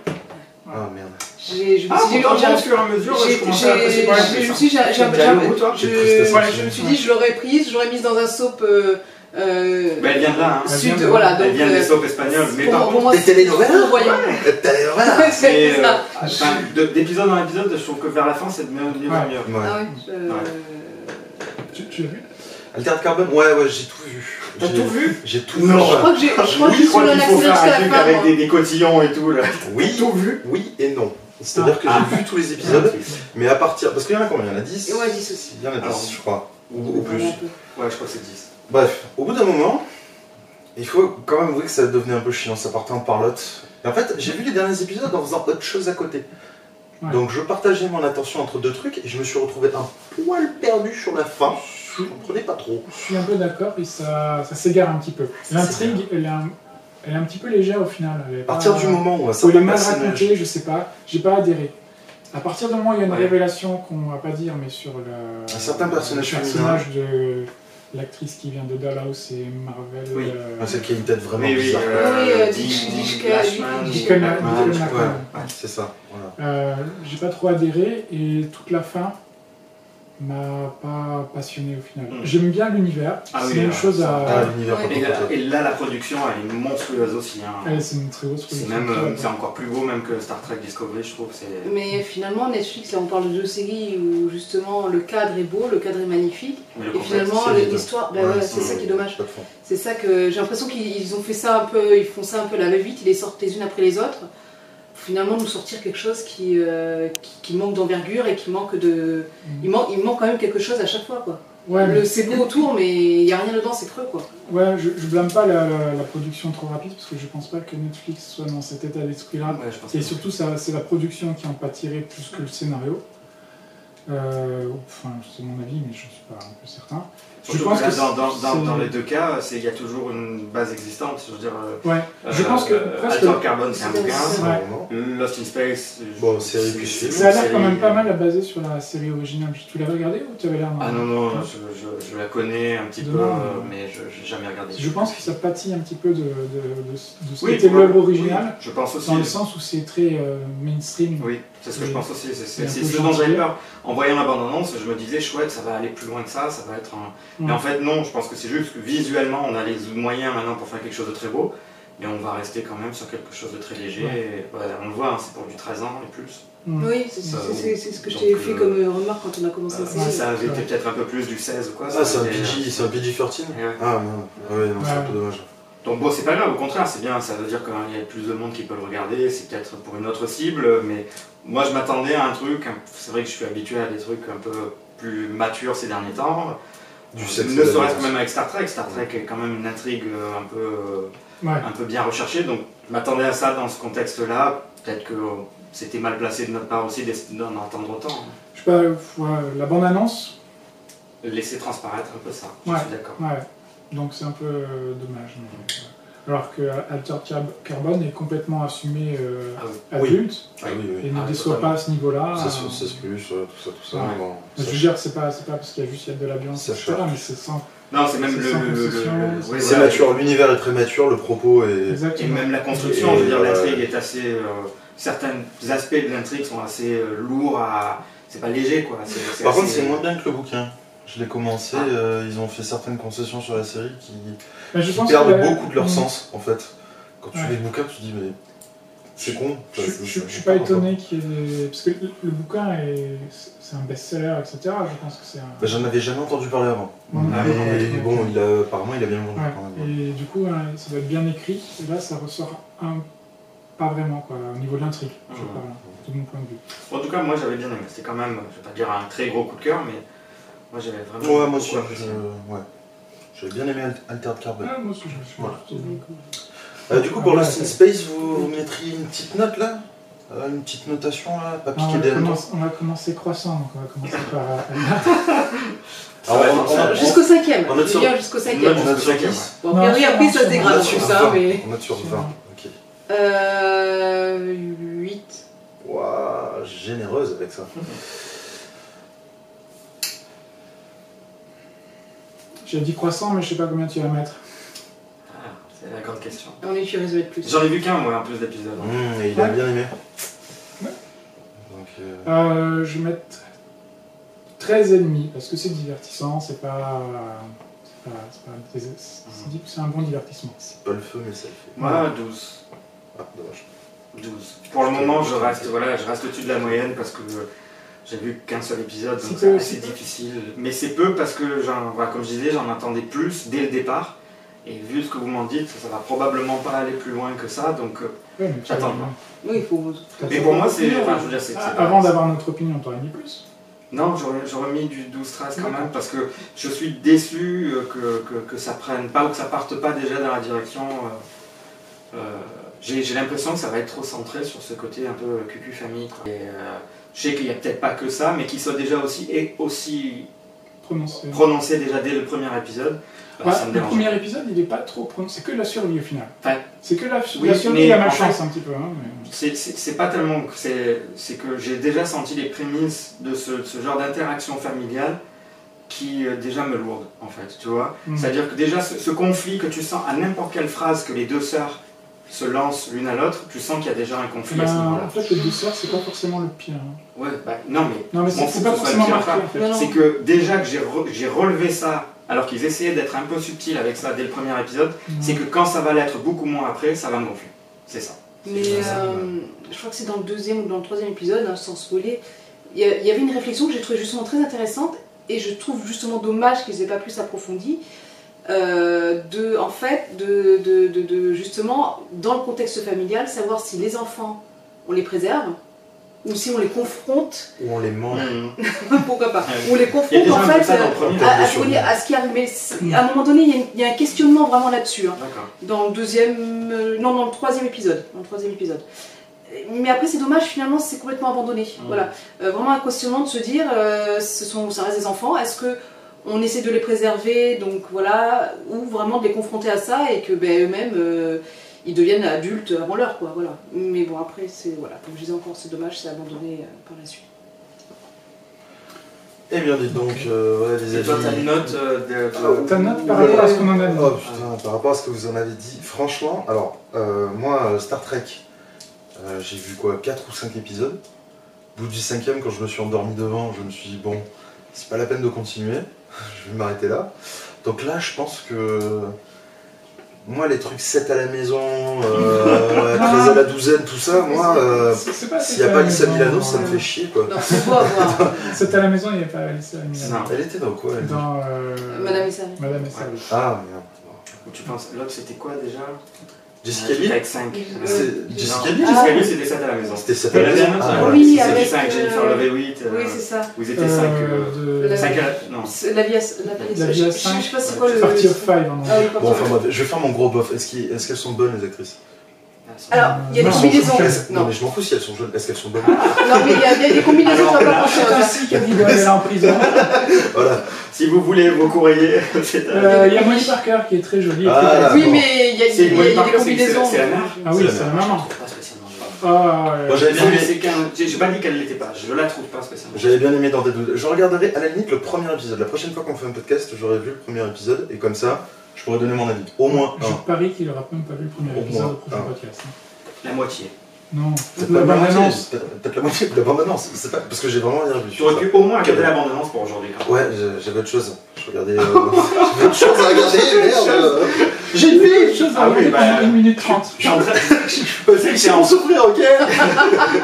Ah merde. J'ai- Je me Ah, suis dit, pourtant, j'ai- au fur et à mesure, je j'ai- commençais à apprécier j'ai- par la j'ai- je me suite, suis dit, j'ai- j'ai- T'es allé au bout, toi j'ai- J'ai presté je- ça, voilà, c'est je me suis bien. dit, je l'aurais prise, je l'aurais mise dans un soap. euh, euh, hein. Bah, elle vient de là, hein. Elle Sud, vient de- voilà, donc. Elle vient euh, des soaps espagnols, mais pour- par pour contre, moi, Des c'est telenovelas. fourvoyant. T'as l'air là Ouais, mais, C'est euh, ça. enfin, de- d'épisode en épisode, je trouve que vers la fin, c'est de mieux en mieux. en Ouais. mieux. Ouais. Ah ouais, je- Tu, tu l'as vu Alter Carbone Ouais, ouais, j'ai tout vu. T'as J'ai- tout vu J'ai tout Non. vu. Je crois que j'ai- je crois que je Oui, je suis crois allée à qu'il faut l'accident faire jusqu'à la un truc fin. avec moi. des, des cotillons et tout, là. Oui, tout vu oui et non. C'est-à-dire que j'ai vu tous les épisodes, Ouais, mais à partir. Parce qu'il y en a combien Il y en a 10 Et ouais, 10 aussi. Il y en a 10, je crois. Ou, ou plus. Voilà, un peu. je crois que c'est 10. Bref, au bout d'un moment, il faut quand même avouer que ça devenait un peu chiant, ça partait en parlotte. Et en fait, j'ai vu les derniers épisodes en faisant autre chose à côté. Ouais. Donc je partageais mon attention entre deux trucs et je me suis retrouvé un poil perdu sur la fin. Je comprenais pas trop. Je suis un peu d'accord et ça, ça s'égare un petit peu. L'intrigue, elle, est un- elle est un petit peu légère au final. Elle est À partir pas- du moment où un Ou elle Ah. est certain mal personnage. racontée, je sais pas. J'ai pas adhéré. À partir du moment où il y a une Ouais. révélation qu'on va pas dire, mais sur le. Un certain personnage le personnage de l'actrice qui vient de Dallas et Marvel. Oui. euh, Ah, celle qui a une tête vraiment Oui, oui, bizarre. euh, Oui, euh, Dick- Dick- Dick Dick- Lashman, Dick- Dick Dick Lachman. Lachman, Dick je Lachman. crois. Ouais. C'est ça, voilà. Euh, J'ai pas trop adhéré et toute la fin m'a pas passionné au final. Mm. J'aime bien l'univers. Ah c'est oui, la même euh, chose à. Ah, l'univers Ouais. par Et contre, là, et là, la production, elle est monstrueuse aussi. hein. Elle, c'est une très grosse C'est production. même, euh, c'est encore plus beau même que Star Trek Discovery, je trouve. C'est... Mais finalement, Netflix, là, on parle de deux séries où justement le cadre est beau, le cadre est magnifique. Mais le Et contexte, finalement, c'est les deux. l'histoire, bah Ouais, ouais, c'est ça qui est dommage. pas de fond. C'est ça que j'ai l'impression qu'ils ils ont fait ça un peu, ils font ça un peu à la va-vite, ils les sortent les unes après les autres. Pour finalement nous sortir quelque chose qui, euh, qui, qui manque d'envergure et qui manque de. Mm. Il manque, il manque quand même quelque chose à chaque fois quoi. Ouais, mais- Le- C'est beau autour, mais il n'y a rien dedans, c'est creux quoi. Ouais, je, je blâme pas la, la- la production trop rapide parce que je pense pas que Netflix soit dans cet état d'esprit là. Ouais, je pense Et que- surtout, ça- c'est la production qui en pâtirait plus que le scénario. Euh, enfin, c'est mon avis, mais je ne suis pas un peu certain. Surtout Je pense que là, que dans, dans- c'est- dans- dans les deux cas, c'est- il y a toujours une base existante. Je veux dire, euh, Ouais, je euh, pense que euh, presque. Altered Carbon, c'est un C'est- bouquin. C'est Ouais. un roman. Lost in Space. je- Bon, série plus film. Ça a l'air série, quand même euh, pas mal à baser sur la série originale. Tu l'avais regardée ou tu avais l'air Ah non, non, je, je- je la connais un petit De peu, nom, euh, non. mais je n'ai jamais regardé. Je pense que ça pâtit un petit peu de, de, de- de ce Oui, qu'était ouais, l'œuvre oui, originale, Je pense aussi. dans le sens où c'est très euh, mainstream. Oui, c'est ce que je pense aussi. C'est Et c'est- un c'est peu ce dont gentil. j'avais peur. En voyant la bande-annonce, je me disais, chouette, ça va aller plus loin que ça, ça va être un. Mais Ouais. en fait, non, je pense que c'est juste que visuellement, on a les moyens maintenant pour faire quelque chose de très beau, mais on va rester quand même sur quelque chose de très léger. et, ouais, on le voit, hein, c'est pour du 13 ans et plus. Mm. Oui, c'est c'est- Ça, c'est- c'est ce que je donc, t'ai fait euh, comme euh, remarque quand on a commencé Euh, la si série. ça avait été Ouais. peut-être un peu plus du 16 ou quoi. Ah, c'est un aurait été- PG, c'est un PG-14 Et euh, ouais. Ah non, ouais, non, c'est un peu dommage. Donc bon, c'est pas grave, au contraire, c'est bien, ça veut dire qu'il y a plus de monde qui peut le regarder, c'est peut-être pour une autre cible, mais moi je m'attendais à un truc, hein, c'est vrai que je suis habitué à des trucs un peu plus matures ces derniers temps, Du ne sexe serait-ce et de la que même avec Star Trek, Star Trek est quand même une intrigue euh, un peu, Ouais. euh, un peu bien recherchée, donc je m'attendais à ça dans ce contexte-là, peut-être que euh, c'était mal placé de notre part aussi d'ess- d'en attendre autant, Je sais pas, faut, euh, la bande-annonce, laisser transparaître un peu ça, je Ouais. suis d'accord. ouais. Donc c'est un peu euh, dommage. mais, euh, alors que Altered Carb- Carbon est complètement assumé euh, Ah oui. adulte Ah oui, et oui. ne Ah, déçoit totalement. pas à ce niveau-là. Ça, Euh, c'est- ça, c'est plus, euh, tout ça, tout ça. Ouais. bon, je ça, veux dire, c'est pas, c'est pas parce qu'il y a juste il y a de la violence, Ça etc., charge. mais c'est sans. Non, c'est même C'est le... sans le- le- concession, le- c'est- ouais, C'est voilà. mature, l'univers est prémature, le propos est. Et Exactement. même la construction, je veux dire, Et, euh, l'intrigue est assez. euh, certains aspects de l'intrigue sont assez euh, lourds à. C'est pas léger quoi. c'est- c'est Par assez- contre, c'est moins bien que le bouquin. Je l'ai commencé, Ah. euh, ils ont fait certaines concessions sur la série qui, Mais je qui pense que perdent la- beaucoup de leur sens, en fait. Quand tu Ouais. lis le bouquin, tu te dis, mais c'est con. Je, ça- je- ça- je- je ça- suis pas ça- étonné qu'il y ait. Parce que le- le bouquin, est... c'est un best-seller, etc. Je pense que c'est un. Bah, J'en avais jamais entendu parler avant. Non, non, non, mais non, non. bon, il a, apparemment, il a bien vendu Ouais, quand même. Et du coup, hein, ça doit être bien écrit. Et là, ça ressort un... pas vraiment, quoi, au niveau de l'intrigue, je Mhm. parle, hein, de mon point de vue. En tout cas, moi j'avais bien aimé. C'était quand même, je vais pas dire un très gros coup de cœur, mais moi j'avais vraiment. Ouais, beaucoup moi aussi. apprécié. je- ouais. J'avais bien aimé Al- Altered Carbon. Ah, moi aussi, je suis Voilà. plutôt- Euh, du coup, pour Ah, Lost in ouais. Space, vous, vous mettriez une petite note là Euh, Une petite notation là Pas Ah, on, piquer va des hannetons commencer, on va commencer croissant, donc on va commencer par. euh, Ah ouais, Alors, on- non, ça- on- Jusqu'au cinquième, En note je sur- viens jusqu'au on- cinquième. on note sur 10 Bon, a priori, Non, après, ça sur- se On dégrade note sur- tout sur ça, 20. mais. On note sur Sur 20, 20. ok. Euh. 8. Ouah, généreuse avec ça. J'ai dit croissant, mais je sais pas combien tu vas mettre. Ah, c'est la grande question. On est curieux de mettre plus. J'en ai vu qu'un moi en plus d'épisodes. hein. Mmh, et il a Ouais. bien aimé. Ouais. Donc, euh, Euh, je vais mettre 13,5 parce que c'est divertissant, c'est pas. C'est pas. C'est pas- c'est- Mhm. c'est- c'est un bon divertissement. c'est pas le feu, mais ça le fait. Moi 12. Ah, dommage. 12. Pour le moment, je reste, voilà, je reste au-dessus de la moyenne parce que j'ai vu qu'un seul épisode, donc C'est c'est peu, assez c'est peu. difficile. Mais c'est peu parce que, j'en- voilà, comme je disais, j'en attendais plus dès le départ. Et vu ce que vous m'en dites, ça va probablement pas aller plus loin que ça. Donc, euh, Ouais, mais tu J'attends, vois, moi. Oui, il faut. t'as- mais pour moi, c'est, enfin, je veux dire, c'est, c'est pas- hein. Avant d'avoir notre opinion, t'aurais mis plus. Non, j'aurais, j'aurais mis du 12-13 quand même parce que je suis déçu euh, que, que, que ça prenne pas ou que ça parte pas déjà dans la direction. euh, euh, j'ai, j'ai l'impression que ça va être trop centré sur ce côté un peu cucu famille. quoi. Et, euh, je sais qu'il y a peut-être pas que ça, mais qu'il soit déjà aussi et aussi Prononcé. prononcé déjà dès le premier épisode, Mm. euh, euh, Ouais, ça me le dérange. premier épisode, il est pas trop prononcé. C'est que la survie au final. Ouais. C'est que la, Oui, la survie mais et la en malchance un petit peu. hein, mais- C'est- C'est c'est pas tellement que c'est c'est que j'ai déjà senti les prémices de ce, de ce genre d'interaction familiale qui euh, déjà me lourde en fait, tu vois. Mm. C'est-à-dire que déjà ce, ce conflit que tu sens à n'importe quelle phrase que les deux sœurs se lancent l'une à l'autre, tu sens qu'il y a déjà un conflit à ce Ben, en niveau-là. fait, le douceur, c'est pas forcément le pire. hein. Ouais, bah, non mais Non, mais M'en c'est fous c'est que pas ce soit le forcément pire, marqué. enfin, en fait. Non, non. c'est que déjà que j'ai re- j'ai relevé ça alors qu'ils essayaient d'être un peu subtils avec ça dès le premier épisode, c'est Hmm. que quand ça va l'être beaucoup moins après, ça va me gonfler. C'est ça. Mais C'est ça. euh, je crois que c'est dans le deuxième ou dans le troisième épisode, hein, sans spoiler. Il y, a- il y avait une réflexion que j'ai trouvée justement très intéressante et je trouve justement dommage qu'ils aient pas plus approfondi. euh, de, en fait, de, de- de- de- justement, dans le contexte familial, savoir si les enfants, on les préserve ou si on les confronte, Ou on les mange. Mm. pourquoi pas, Ouais. on les Il y a confronte déjà en un peu fait ça dans le euh, premier. premier. à, à Bien ce sûr. qu'on est- à ce qui arrive. Mais c'est- à un moment donné, il y a une- il y, a un questionnement vraiment là-dessus. hein D'accord. dans le deuxième, euh, non, dans le troisième épisode, dans le troisième épisode, Mais après, c'est dommage, finalement, c'est complètement abandonné. Ouais. Voilà. Euh, vraiment un questionnement de se dire, euh, ce sont, ça reste des enfants, est-ce que on essaie de les préserver, donc voilà, ou vraiment de les confronter à ça et que ben, eux-mêmes, euh, ils deviennent adultes avant l'heure, quoi, voilà. Mais bon, après, c'est, voilà, comme je disais encore, c'est dommage, c'est abandonné euh, par la suite. Eh bien, dites donc, euh, ouais, les Et toi, t'as avis. une note euh, de. euh, Ah, Ta note par Ouais. rapport à ce qu'on en a dit. Oh putain, par rapport à ce que vous en avez dit, franchement, alors, euh, moi, euh, Star Trek, euh, j'ai vu quoi, 4 ou 5 épisodes. Au bout du cinquième, quand je me suis endormi devant, je me suis dit, bon, c'est pas la peine de continuer, je vais m'arrêter là. Donc là, je pense que. Moi, les trucs 7 à la maison, euh, 13 à la douzaine, tout ça, moi, euh, C'est- c'est pas- s'il n'y a c'est pas à la Lisa maison, Milano, ça me euh, fait chier, quoi. Non, c'est beau à voir. C'est à la maison, il n'y a pas Alice Milano. Non, Elle était dans quoi elle Dans euh, Madame et Sarah. Madame et Servie. Ah, merde. tu penses. L'autre, c'était quoi déjà Jessica Biel Avec 5. Euh, C'est- Jessica Biel Jessica Biel, c'était 7 à la maison. C'était cette C'était année Ah, ouais. oui, c'était avec, 5, euh, Jennifer euh, Lovey 8. Oui, c'est ça. Vous étiez 5. Euh, de- la- 5 à. Non. C'est La vie à la vie à- La vie à je- je- Je sais pas c'est quoi le. Party of Five en Ah anglais. oui, Bon, pardon. enfin bref, je vais faire mon gros bof. Est-ce qu'il- est-ce qu'elles sont bonnes les actrices Alors, il y a des Non, combinaisons. je- Est-ce- Non, Non, mais je m'en fous si elles sont jeunes. Est-ce qu'elles sont bonnes Non, mais il y a il y a des combinaisons, ça va pas Ah, C'est franchir. aussi Cadigone, elle est en prison. Ah, Voilà. Si vous voulez vos courriers, c'est à- Euh, Il y a Molly Parker qui est très jolie. et Ah, très belle. là. Oui, mais il y a- C'est il y a- il y a des Parker, c'est- combinaisons. c'est la mère. Ah oui, C'est la c'est la maman. Pas spécialement. Ah, euh, Moi, j'avais bien Non, mais aimé. c'est qu'un- J'ai j'ai pas dit qu'elle l'était pas, je la trouve pas spécialement. J'avais bien aimé dans des doutes. Je regarderai à la limite le premier épisode. La prochaine fois qu'on fait un podcast, j'aurai vu le premier épisode et comme ça, je pourrais donner mon avis. Au moins Je un. parie qu'il n'aura même pas vu le premier Au épisode moins du prochain un. podcast. hein. La moitié. Non, Peut-être la pas bande la moitié. annonce. Peut-être peut-être la moitié de la bande-annonce. C'est pas parce que j'ai vraiment rien vu. Tu aurais pu au moins regarder la bande-annonce pour aujourd'hui. quand même. Ouais, je- j'avais autre chose. Je regardais. euh, J'avais autre chose à regarder. Merde. J'ai vu les choses Ah à oui, regarder bah, pendant 1 minute 30. Je suis en train- Je sais que c'est en souffrir, ok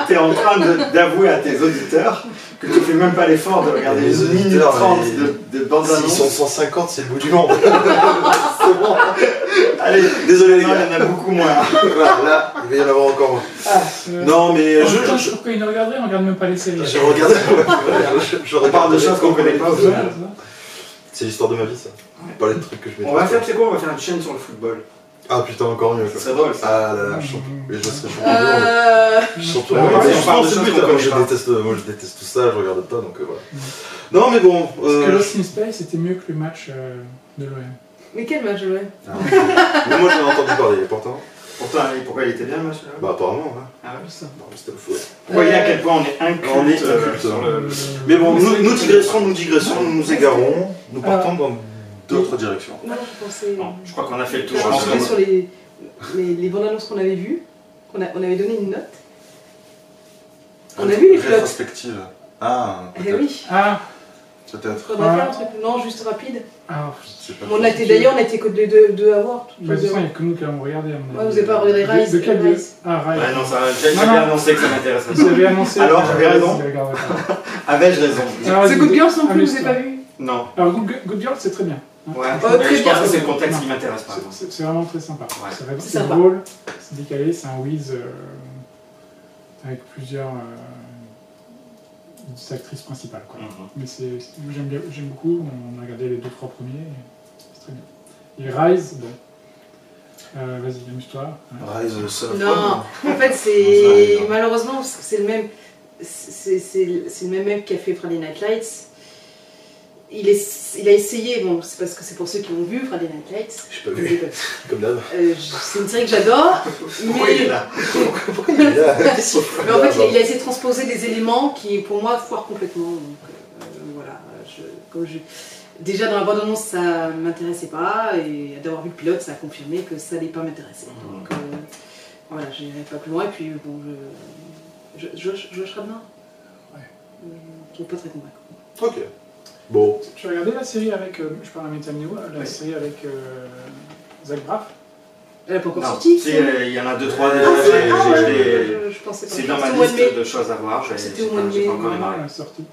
T'es en train de- d'avouer à tes auditeurs que tu fais même pas l'effort de regarder Les une minute auditeurs, 30 les- de, de S'ils sont bande-annonce. 150, c'est le bout du monde. c'est bon. Allez, Désolé les non, gars. il y en a beaucoup moins. Voilà, là, il va y en avoir encore moins. Euh, Non, mais en je, même temps, je, Pourquoi il ne regarderait On regarde même pas les séries. je regarde. je, je On parle de regarde choses qu'on connaît pas. Voilà, c'est ça. C'est l'histoire de ma vie, ça. Pas les trucs que je mets. On va faire, c'est quoi On va faire une chaîne sur le football. Ah putain, encore mieux. Ça quoi. serait drôle ça. Ah là là, je suis mais je serais champion. Euh, Surtout, Ouais, moi, ouais, on je parle de pense choses que qu'on moi, connaît je pas. Mm. déteste, euh, moi je déteste tout ça, je regarde pas donc euh, voilà. Non mais bon, Parce que euh, Lost in Space était mieux que le match euh, de l'OM. Mais quel match, ouais. mais moi j'en ai entendu parler, et pourtant. Pourtant, allez, pourquoi il était bien, moi, celui-là Bah apparemment, ouais. Ah ouais. Non, mais c'était le fou. Vous voyez à quel point on est inculte, On est euh, inculte. sur le. Euh, Mais bon, nous, nous digressons, nous digressons, nous nous égarons, nous Alors- partons dans d'autres directions. Non, je pensais. Non, je crois qu'on a fait le tour. hein, Je Je pense pensais qu'on- sur les, les, les bandes annonces qu'on avait vues, qu'on a- on avait donné une note. On a vu les flops. Rétrospective. Ah, Eh peut-être. oui, Ah, Peut-être. on a fait un Ah. truc, non, juste rapide. alors, Je sais pas. Mais on a été d'ailleurs, on a été que deux, deux, deux à voir. toutes bah, de les toute deux. façon, il n'y a que nous qui l'avons regardé. à mon Ouais, avis. vous avez pas regardé De- Rice, De quel Rice. Ah, Rice. Ouais, non, ça, j'ai- Non, j'avais non. annoncé que ça m'intéresse. Vous avez annoncé. Alors, que j'avais Rice, raison. vous l'avez regardé. Avec raison. Alors, The dis- Good Girls non plus, vous amuse-toi. n'avez pas vu Non. Alors, Good, Girl- Good Girls, c'est très bien. hein. Ouais. Oh, Mais très je bien. pense que c'est le contexte qui m'intéresse pas. C'est- C'est c'est vraiment très sympa. Ouais. C'est vraiment- C'est C'est sympa. drôle, c'est décalé, c'est un whiz euh, avec plusieurs euh, des actrices principales. Quoi. Mhm. Mais c'est c'est- moi, j'aime bien- j'aime beaucoup, on a regardé les deux, trois premiers, et c'est très bien. Et Rise, bon. Euh, Vas-y, amuse-toi. Ouais. Rise of Sun. Non, en fait, Non, ça c'est. arrive, hein. Malheureusement, c'est le même. C'est c'est- c'est le même mec qui a fait Friday Night Lights. Il, est, il a essayé, bon, c'est parce que c'est pour ceux qui l'ont vu, Friday Night Lights. Je sais pas Je vu, l'ai pas vu. comme d'hab. Euh, je- c'est une série que j'adore, Pourquoi il est mais, là Pourquoi il est là Qu'est-ce qu'il fout mais en là, fait, il a- genre il a essayé de transposer des éléments qui, pour moi, foirent complètement. Donc, euh, voilà, je- comme je- Déjà dans la bande annonce, ça m'intéressait pas, et d'avoir vu le pilote, ça a confirmé que ça n'allait pas m'intéresser. Mmh. Donc, euh, voilà, j'irai pas plus loin, et puis bon, je. je- Josh Josh Radnor Ouais. Euh, Je ne pas très convaincant. Ok. Bon. Tu as regardé la série avec, euh, je parle à Métamnéo, la Oui. série avec euh, Zach Braff Elle n'a pas encore Non. sorti Si, c'est- euh, Il y en a deux, trois. Ah, des- Ah, c'est- j'ai- ah, j'ai- ouais, j'ai- je, je pensais pas. C'est dans ma C'était au mois de liste mai. de choses à voir. j'ai- C'était j'ai au pas- mois de j'ai pas mai. encore Non, non, démarré. elle est sortie.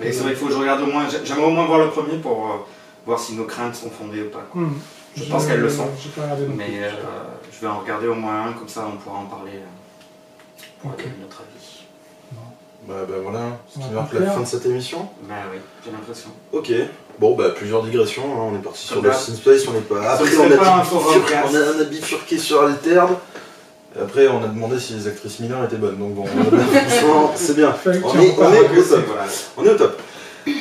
Mais c'est vrai qu'il faut que je regarde au moins. j'a- J'aimerais au moins voir le premier pour euh, voir si nos craintes sont fondées ou pas. quoi. Mhm. Je pense qu'elles le sont. J'ai pas regardé non plus. Mais euh, je vais en regarder au moins un, comme ça on pourra en parler euh, pour Ok. donner notre avis. Bah, bah voilà, ce qui Ouais, marque la on perd. fin de cette émission. Bah oui, j'ai l'impression. Ok. Bon, bah plusieurs digressions. hein. On est parti sur Comme le là. Sin Space, on est pas. Ça Après, serait on a, pas un bifurqué- forum, on, a, on a bifurqué sur Alterne. Après, on a demandé si les actrices mineures étaient bonnes, donc bon, franchement, c'est bien. Fallait que On tu est, en on parles. est au top. On est au top.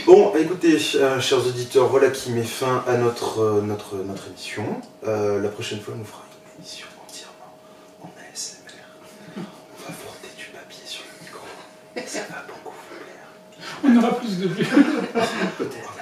Bon, écoutez, euh, chers auditeurs, voilà qui met fin à notre, euh, notre, notre émission. Euh, la prochaine fois, on fera une émission entièrement en ASMR. On va porter du papier sur le micro. Ça va beaucoup vous plaire. On aura plus de vues. Peut-être.